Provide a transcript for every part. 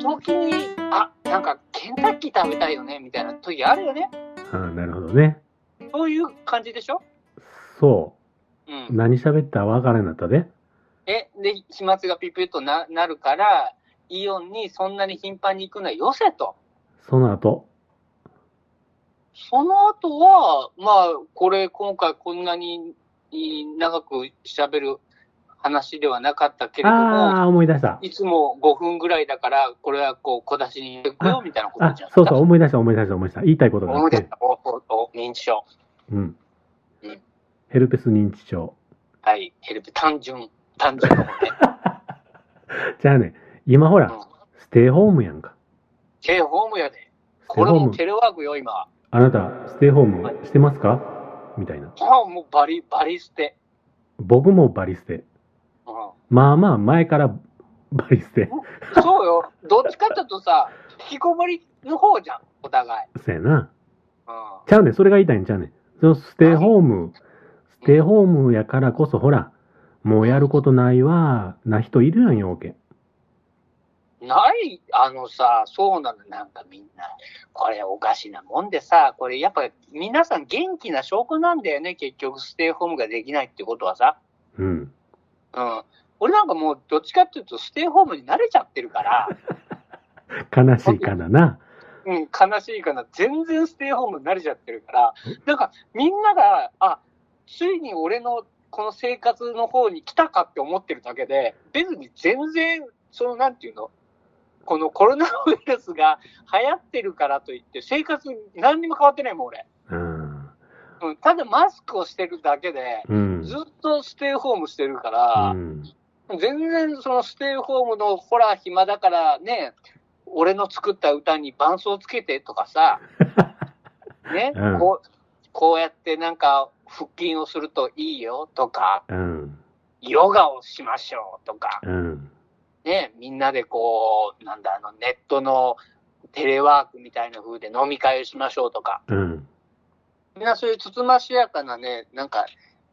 時に、あ、なんかケンタッキー食べたいよねみたいな時あるよね。ああ、なるほどね。そういう感じでしょそうう。ん。何喋ったらわからんなったで。え、で、飛沫がピピュッとななるから、イオンにそんなに頻繁に行くのはよせと。その後。その後は、まあ、これ、今回こんなに長く喋る話ではなかったけれどあも、あ、思い出した。いつも5分ぐらいだから、これはこう、小出しにしていくよ、みたいなことあじゃん。、そうそう、思い出した、思い出した、思い出した。言いたいことがあ思っ。い出してた。おおお認知症。うんうん。ヘルペス認知症。はい。ヘルプ、単純。単純の方ね。じゃあね、今ほうらん、ステイホームやんか。テレホームやで。ステイこれホーもム。テレワークよ、今。あなた、ステイホームしてますかみたいな。あもうバリ、バリ捨て。僕もバリステ。うん。まあまあ、前からバリステ。そう よ。どっちかっていうとさ、引きこもりの方じゃん、お互い。そやな。うん。ちゃうねんそれが言いたいんちゃうねんそのステイホーム、ステイホームやからこそ、ほら、もうやることないわ、な人いるやんよ、オケ。ない、あのさ、そうなの、なんかみんな、これおかしなもんでさ、これやっぱ皆さん元気な証拠なんだよね、結局ステイホームができないってことはさ。うん。うん。俺なんかもうどっちかっていうとステイホームに慣れちゃってるから、悲しいかなな。うん、悲しいかな、全然ステイホームに慣れちゃってるから、なんかみんなが、あ、ついに俺のこの生活の方に来たかって思ってるだけで、別に全然、そのなんていうの、このコロナウイルスが流行ってるからといって、生活何にも変わってないもん、俺。うん。うん、ただマスクをしてるだけで、うん。ずっとステイホームしてるかうら、ん。全然そのステイホームのほら暇だからね、俺の作った歌に伴奏つけてとか さ、ね、うんこう、こうやってなんか腹筋をするといいよとか、うん。ヨガをしましょうとか、うん。ね、みんなでこう、なんだ、あのネットのテレワークみたいな風で飲み会をしましょうとか、うん。みんなそういうつつましやかなね、なんか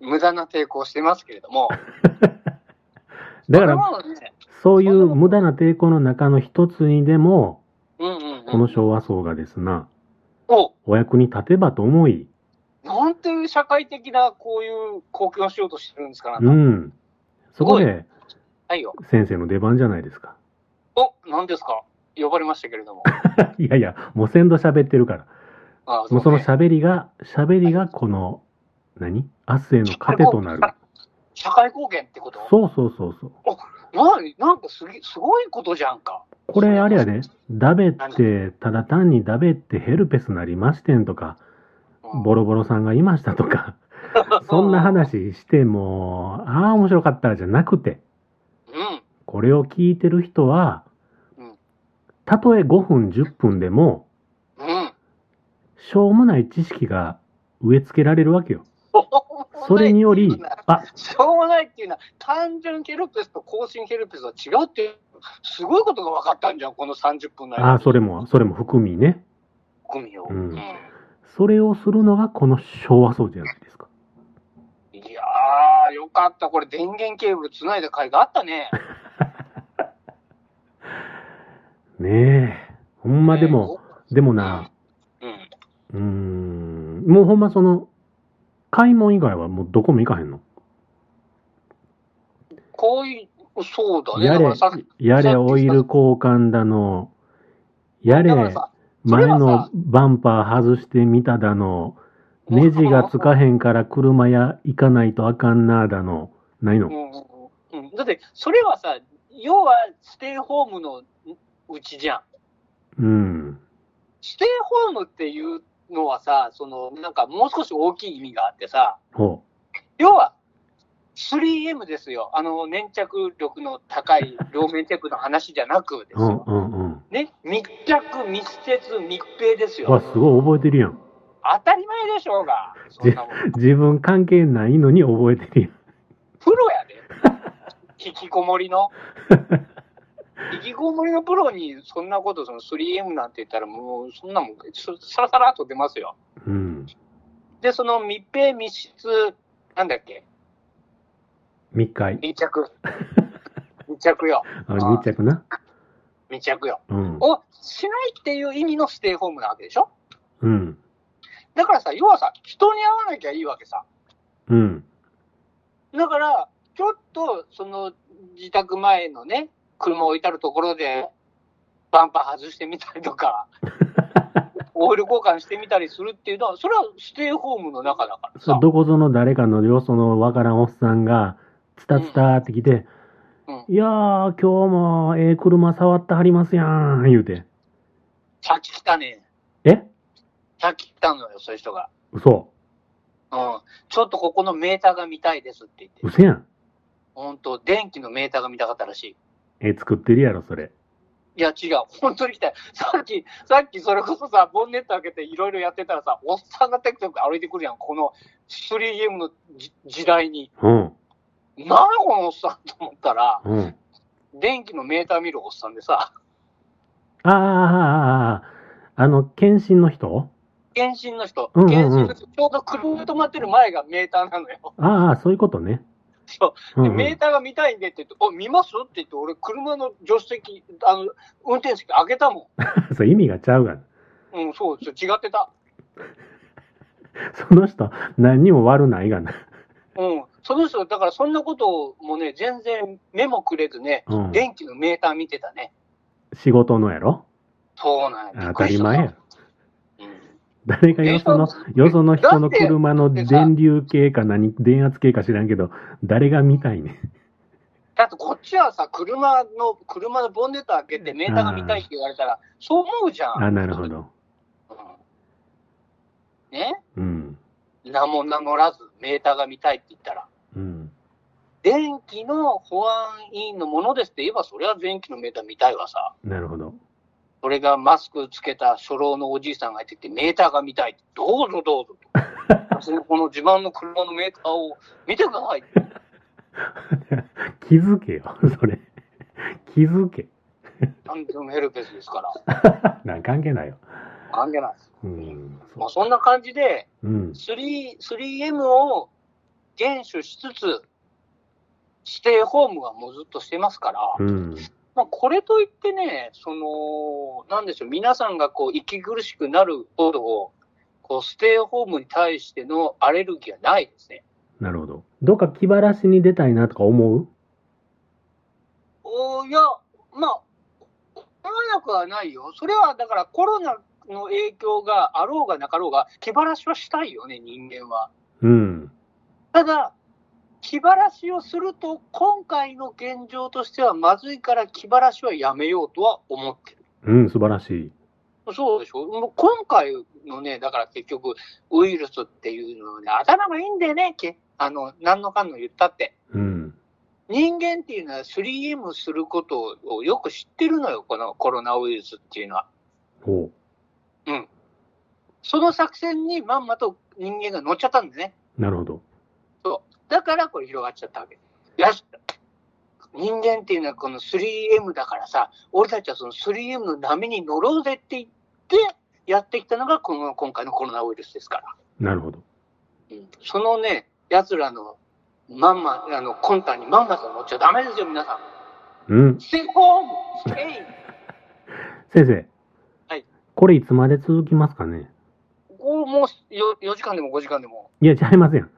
無駄な抵抗してますけれども、だかそら、れはねそういう無駄な抵抗の中の一つにでも、うんうんうん、この昭和層がですな、おお役に立てばと思い、なんていう社会的なこういう貢献をしようとしてるんですから、うなん、ん。そこで、はいよ。先生の出番じゃないですか。 お、何ですか呼ばれましたけれども。いやいや、もう先導喋ってるから。ああ もうそのね喋りが、喋りがこの、何明日への糧となる。社会貢献ってことそうそうそうそう。ななんかすげすごいことじゃんか。これあれやで、ダベって、ただ単にダベってヘルペスなりましてんとか、うんボロボロさんがいましたとか、そんな。話しても、ああ、面白かったじゃなくて、うん。これを聞いてる人はうん、たとえ5分10分でも、うん。しょうもない知識が植え付けられるわけよ。それにより、あ、しょうもないっていうのは、単純ヘルペスと更新ヘルペスは違うっていう、すごいことが分かったんじゃん、この30分の間にあ、それも、それも含みね。ゴミを。うんそれをするのがこの昭和層じゃないですか。いやー、よかった。これ電源ケーブルつないだ回があったね。ねえ。ほんまでも、でもな、うん。うん。うーん、もうほんまその、買い物以外はもうどこも行かへんの。こういう、そうだね。やだかれらさ、だ、やれオイル交換だの、やれからさ、そ前れはさのバンパー外してみただの、ネジがつかへんから車や行かないとあかんなだの、ないの。うんうんうんだって、それはさ、要はステイホームのうちじゃん。うん。ステイホームっていうのはさ、その、なんかもう少し大きい意味があってさ、ほ要は、3M ですよ。あの、粘着力の高い両面テープの話じゃなくでう。すうんよ。うんうん。ね、密着、密接、密閉ですわ、よ。すごい覚えてるやん。当たり前でしょうが。そんなもん。自分関係ないのに覚えてるやん。プロやで。引きこもりの。引きこもりのプロにそんなこと、その 3M なんて言ったらもう、そんなもん、そさらさらっと出ますよ。うん。で、その密閉密室、なんだっけ密会。密着。密着よ。あ、密着な。密着よ。うん。をしないっていう意味のステイホームなわけでしょうん。だからさ、要はさ、人に会わなきゃいいわけさ。うん。だから、ちょっと、その、自宅前のね、車置いてあるところで、バンパー外してみたりと か、オイル交換してみたりするっていうのは、それはステイホームの中だからそうさ。どこぞの誰かのよそのわからんおっさんが、ツタツタって来て、うんいやー、今日もええ車触ってはりますやん、言うて。さっき来たね。えさっき来たのよ、そういう人が。嘘うん。ちょっとここのメーターが見たいですって言って。嘘やん。本当電気のメーターが見たかったらしい。ええ作ってるやろ、それ。いや、違う。 本当に来たよ。さっき、さっきそれこそさ、ボンネット開けていろいろやってたらさ、おっさんがテクテク歩いてくるやん。この 3M のじ時代に。うん。なあこのおっさんと思ったら、うん。電気のメーター見るおっさんでさ、あーあー、あーあー、あの、検診の人検診の人、うんうんうん検診の人、ちょうど車止まってる前がメーターなのよ。ああ、そういうことね。そうう。んで、うん、メーターが見たいんでって言って、お、見ますって言って、俺、車の助手席、あの、運転席開けたも そう意味がちゃうがな。ん。うん、そう、そう違ってた。その人、何にも悪ないがな。うん、その人、だからそんなこともね、全然目もくれずね、うん電気のメーター見てたね。仕事のやろそうなんや当たり前や。。誰がよそのえそう、よその人のだって車の電流系か何、電圧系か知らんけど、誰が見たいね。だってこっちはさ、車の、車のボンネット開けてメーターが見たいって言われたら、そう思うじゃん。あ、なるほど。うん。ねうん。名も名乗らず、メーターが見たいって言ったら。うん。電気の保安委員のものですって言えば、それは電気のメーター見たいわさ。なるほど。それがマスクつけた初老のおじいさんがやってきて、メーターが見たい。どうぞどう ぞと。私のこの自慢の車のメーターを見てください。気づけよ、 それ。気づけ。何でもヘルペスですから。なん関係ないよ。関係ないです。うん。まあ、そそんな感じで、う。うん。 3、3M を厳守しつつ、ステイホームはもうずっとしてますから、うん。まあ、これといってね、その、なんでしょう、皆さんがこう、息苦しくなるほど、こう、ステイホームに対してのアレルギーはないですね。なるほど。どっか気晴らしに出たいなとか思うおいや、まあ、思わなくはないよ。それはだからコロナの影響があろうがなかろうが、気晴らしはしたいよね、人間は。うん。ただ、気晴らしをすると、今回の現状としてはまずいから気晴らしはやめようとは思ってる。うん、素晴らしい。そうでしょもう今回のね、だから結局、ウイルスっていうのはね、頭がいいんだよね、けあの、何のかんの言ったって。うん。人間っていうのは 3M することをよく知ってるのよ、このコロナウイルスっていうのは。ほその作戦にまんまと人間が乗っちゃったんでね。う。なるほど。だからこれ広がっちゃったわけ。よし人間っていうのはこの 3M だからさ、俺たちはその 3M の波に乗ろうぜって言ってやってきたのがこの今回のコロナウイルスですから。なるほど。うんそのね、奴らのまんま、あの、魂胆にまんまと乗っちゃダメですよ、皆さん。うん。ステイホームステイ先生。はい。これいつまで続きますかねこうもうよ4時間でも5時間でも。いや、違いません。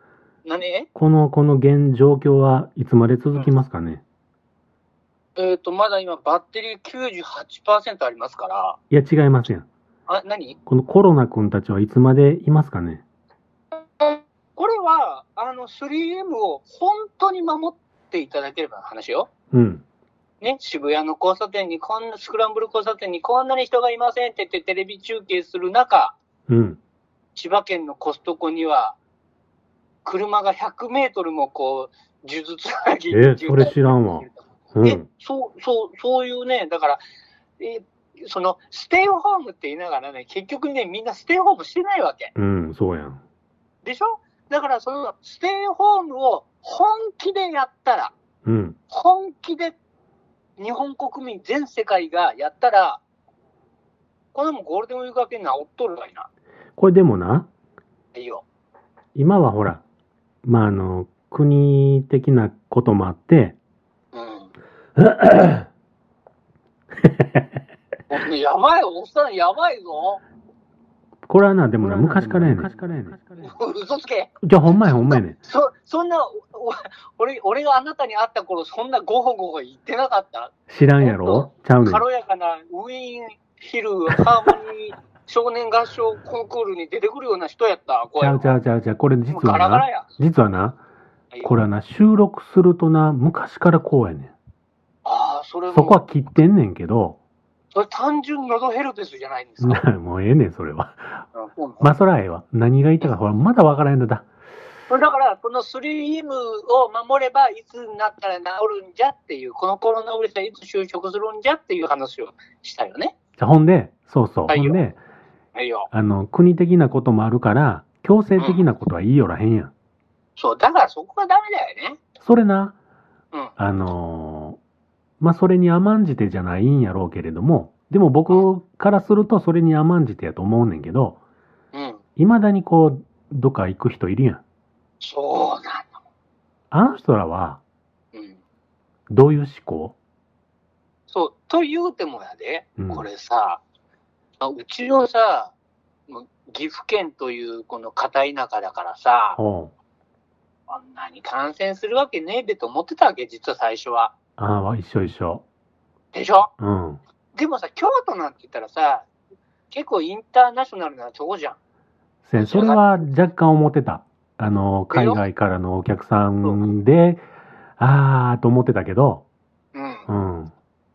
何えこの、この現状況はいつまで続きますかね、っ、と、まだ今バッテリー98%ありますから。いや、違いますやん。あ、何このコロナ君たちはいつまでいますかねこれは、あの、3M を本当に守っていただければの話よ。うん。ね、渋谷の交差点にこんな、スクランブル交差点にこんなに人がいませんって言ってテレビ中継する中、うん。千葉県のコストコには、車が100メートルもこう、数珠つなぎえそれ知らんわうえん。そう、そう、そういうね、だから、えその、ステイホームって言いながらね、結局ね、みんなステイホームしてないわけ。うん、そうやん。でしょだからそのステイホームを本気でやったら、うん。本気で日本国民全世界がやったら、これもうゴールデンウィーク明けに治っとるわいな。これでもな、いいよ。今はほら、まあ、あの、国的なこともあって、うん。ほんとやばい、おっさんやばいぞ。これはな、でももな、な、昔昔かかららややねねん。ん。嘘つけ。じゃあ、ほんまや、ほんまやねん。そ、そんな、おお俺、俺があなたに会った頃、そんなごほごほ言ってなかった。知らんやろちゃうねん。軽やかなウィーンヒルハーモニー少年合唱コンクールに出てくるような人やった、ち声ゃうちゃうちゃうちゃう。これ実もうはガラガラな、や。実はな、これはな、収録するとな、昔からこうやねん。ああ、それも、そこは切ってんねんけど、それ単純喉ヘルペスじゃないんですか。 なもうええねん、それは。うんまあ、そらええわ。何が言いたか、ほら、まだわからへんのだ。だから、この 3M を守れば、いつになったら治るんじゃっていう、このコロナウイルスはいつ就職するんじゃっていう話をしたよね。じゃあ、ほんで、そうそう。はいほよんで、はいよ。あの、国的なこともあるから、強制的なことは言いよらへんやん。そう、だからそこがダメだよね。それな、うんあのーまあ、それに甘んじてじゃないんやろうけれども、でも僕からするとそれに甘んじてやと思うねんけど、うん。いまだにこう、どっか行く人いるやん。そうなあの人らは、の。うん。どういう思考そう、と言うてもやで、うんこれさ、あうちのさ、もう岐阜県というこの片田舎だからさ、おうこんなに感染するわけねえべと思ってたわけ、実は最初は。ああ、一緒一緒。でしょうん。でもさ、京都なんて言ったらさ、結構インターナショナルなとこじゃん。せそれは若干思ってた。あの、海外からのお客さんで、ああ、と思ってたけど、うん。うん。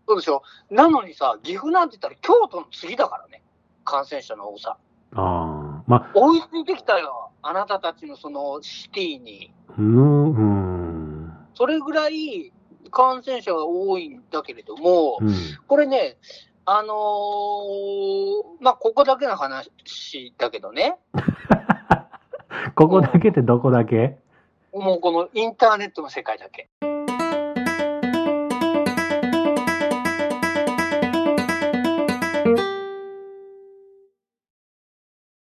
そうでしょなのにさ、岐阜なんて言ったら京都の次だからね、感染者の多さ。ああ、ま追いついてきたよ、あなたたちのそのシティに。あ、うん、うん。それぐらい感染者が多いんだけれども、うん。これね、あのーまあ、ここだけの話だけどね、ここだけってどこだけもうこのインターネットの世界だけ。